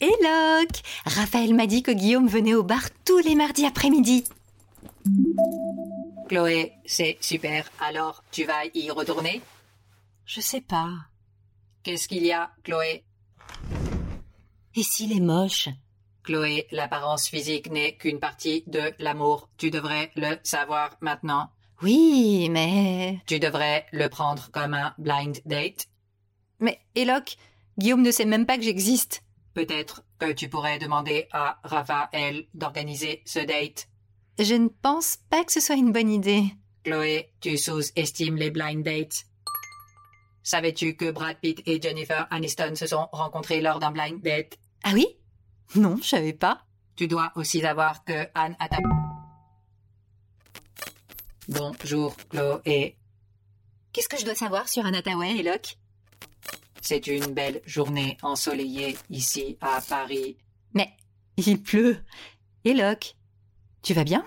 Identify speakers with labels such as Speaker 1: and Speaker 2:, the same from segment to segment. Speaker 1: Éloque Raphaël m'a dit que Guillaume venait au bar tous les mardis après-midi.
Speaker 2: Chloé, c'est super. Alors, tu vas y retourner
Speaker 1: Je sais pas.
Speaker 2: Qu'est-ce qu'il y a, Chloé
Speaker 1: Et s'il est moche
Speaker 2: Chloé, l'apparence physique n'est qu'une partie de l'amour. Tu devrais le savoir maintenant.
Speaker 1: Oui, mais.
Speaker 2: Tu devrais le prendre comme un blind date.
Speaker 1: Mais Éloque, Guillaume ne sait même pas que j'existe.
Speaker 2: Peut-être que tu pourrais demander à Raphaël d'organiser ce date.
Speaker 1: Je ne pense pas que ce soit une bonne idée.
Speaker 2: Chloé, tu sous-estimes les blind dates. Savais-tu que Brad Pitt et Jennifer Aniston se sont rencontrés lors d'un blind date
Speaker 1: Ah oui Non, je savais pas.
Speaker 2: Tu dois aussi savoir que Anne a ta... Bonjour, Chloé.
Speaker 1: Qu'est-ce que je dois savoir sur Anataway et Locke
Speaker 2: C'est une belle journée ensoleillée ici à Paris.
Speaker 1: Mais il pleut. Et Locke, tu vas bien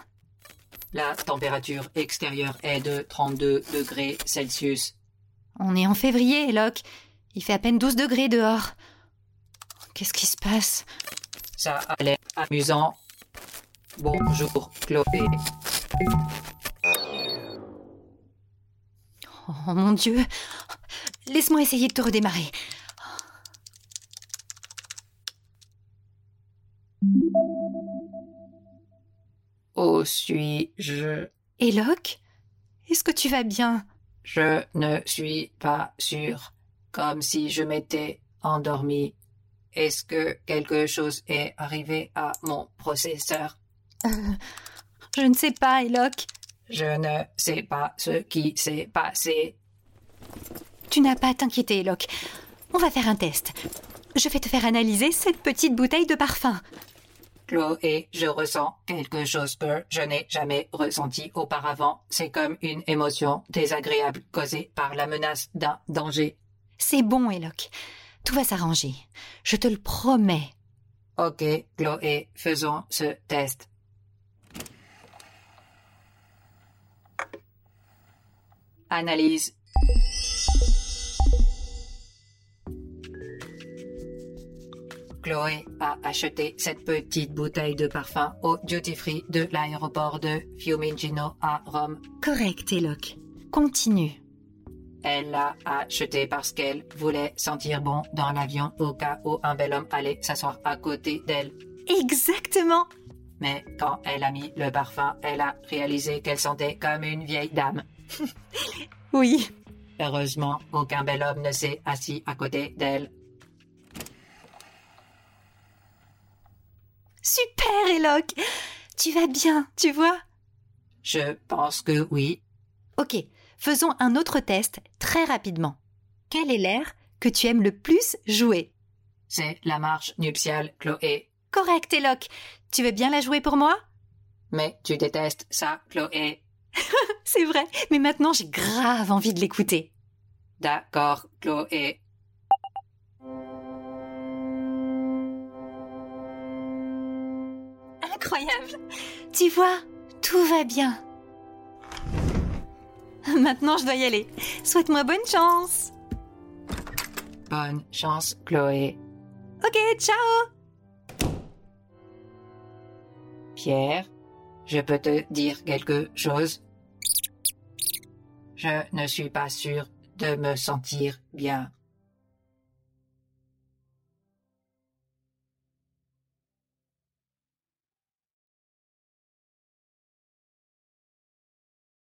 Speaker 2: La température extérieure est de 32 degrés Celsius.
Speaker 1: On est en février, Locke. Il fait à peine 12 degrés dehors. Qu'est-ce qui se passe
Speaker 2: Ça a l'air amusant. Bonjour, Chloé.
Speaker 1: Oh mon Dieu Laisse-moi essayer de te redémarrer.
Speaker 2: Où suis-je
Speaker 1: Et Locke Est-ce que tu vas bien
Speaker 2: Je ne suis pas sûr. Comme si je m'étais endormi. Est-ce que quelque chose est arrivé à mon processeur
Speaker 1: Je ne sais pas, Locke.
Speaker 2: Je ne sais pas ce qui s'est passé.
Speaker 1: Tu n'as pas à t'inquiéter, Locke. On va faire un test. Je vais te faire analyser cette petite bouteille de parfum.
Speaker 2: Chloé, je ressens quelque chose que je n'ai jamais ressenti auparavant. C'est comme une émotion désagréable causée par la menace d'un danger.
Speaker 1: C'est bon, Locke. Tout va s'arranger. Je te le promets.
Speaker 2: Ok, Chloé, faisons ce test. Analyse. Chloé a acheté cette petite bouteille de parfum au duty free de l'aéroport de Fiumicino à Rome.
Speaker 1: Correct, Eloque. Continue.
Speaker 2: Elle l'a acheté parce qu'elle voulait sentir bon dans l'avion au cas où un bel homme allait s'asseoir à côté d'elle.
Speaker 1: Exactement.
Speaker 2: Mais quand elle a mis le parfum, elle a réalisé qu'elle sentait comme une vieille dame.
Speaker 1: Oui.
Speaker 2: Heureusement, aucun bel homme ne s'est assis à côté d'elle.
Speaker 1: Super, Eloque. Tu vas bien, tu vois
Speaker 2: Je pense que oui.
Speaker 1: Ok, faisons un autre test très rapidement. Quel est l'air que tu aimes le plus jouer
Speaker 2: C'est la marche nuptiale, Chloé.
Speaker 1: Correct, Eloque. Tu veux bien la jouer pour moi
Speaker 2: Mais tu détestes ça, Chloé.
Speaker 1: C'est vrai, mais maintenant j'ai grave envie de l'écouter.
Speaker 2: D'accord, Chloé.
Speaker 1: Incroyable. Tu vois, tout va bien. Maintenant je dois y aller. Souhaite-moi bonne chance.
Speaker 2: Bonne chance, Chloé.
Speaker 1: Ok, ciao.
Speaker 2: Pierre, je peux te dire quelque chose Je ne suis pas sûre de me sentir bien.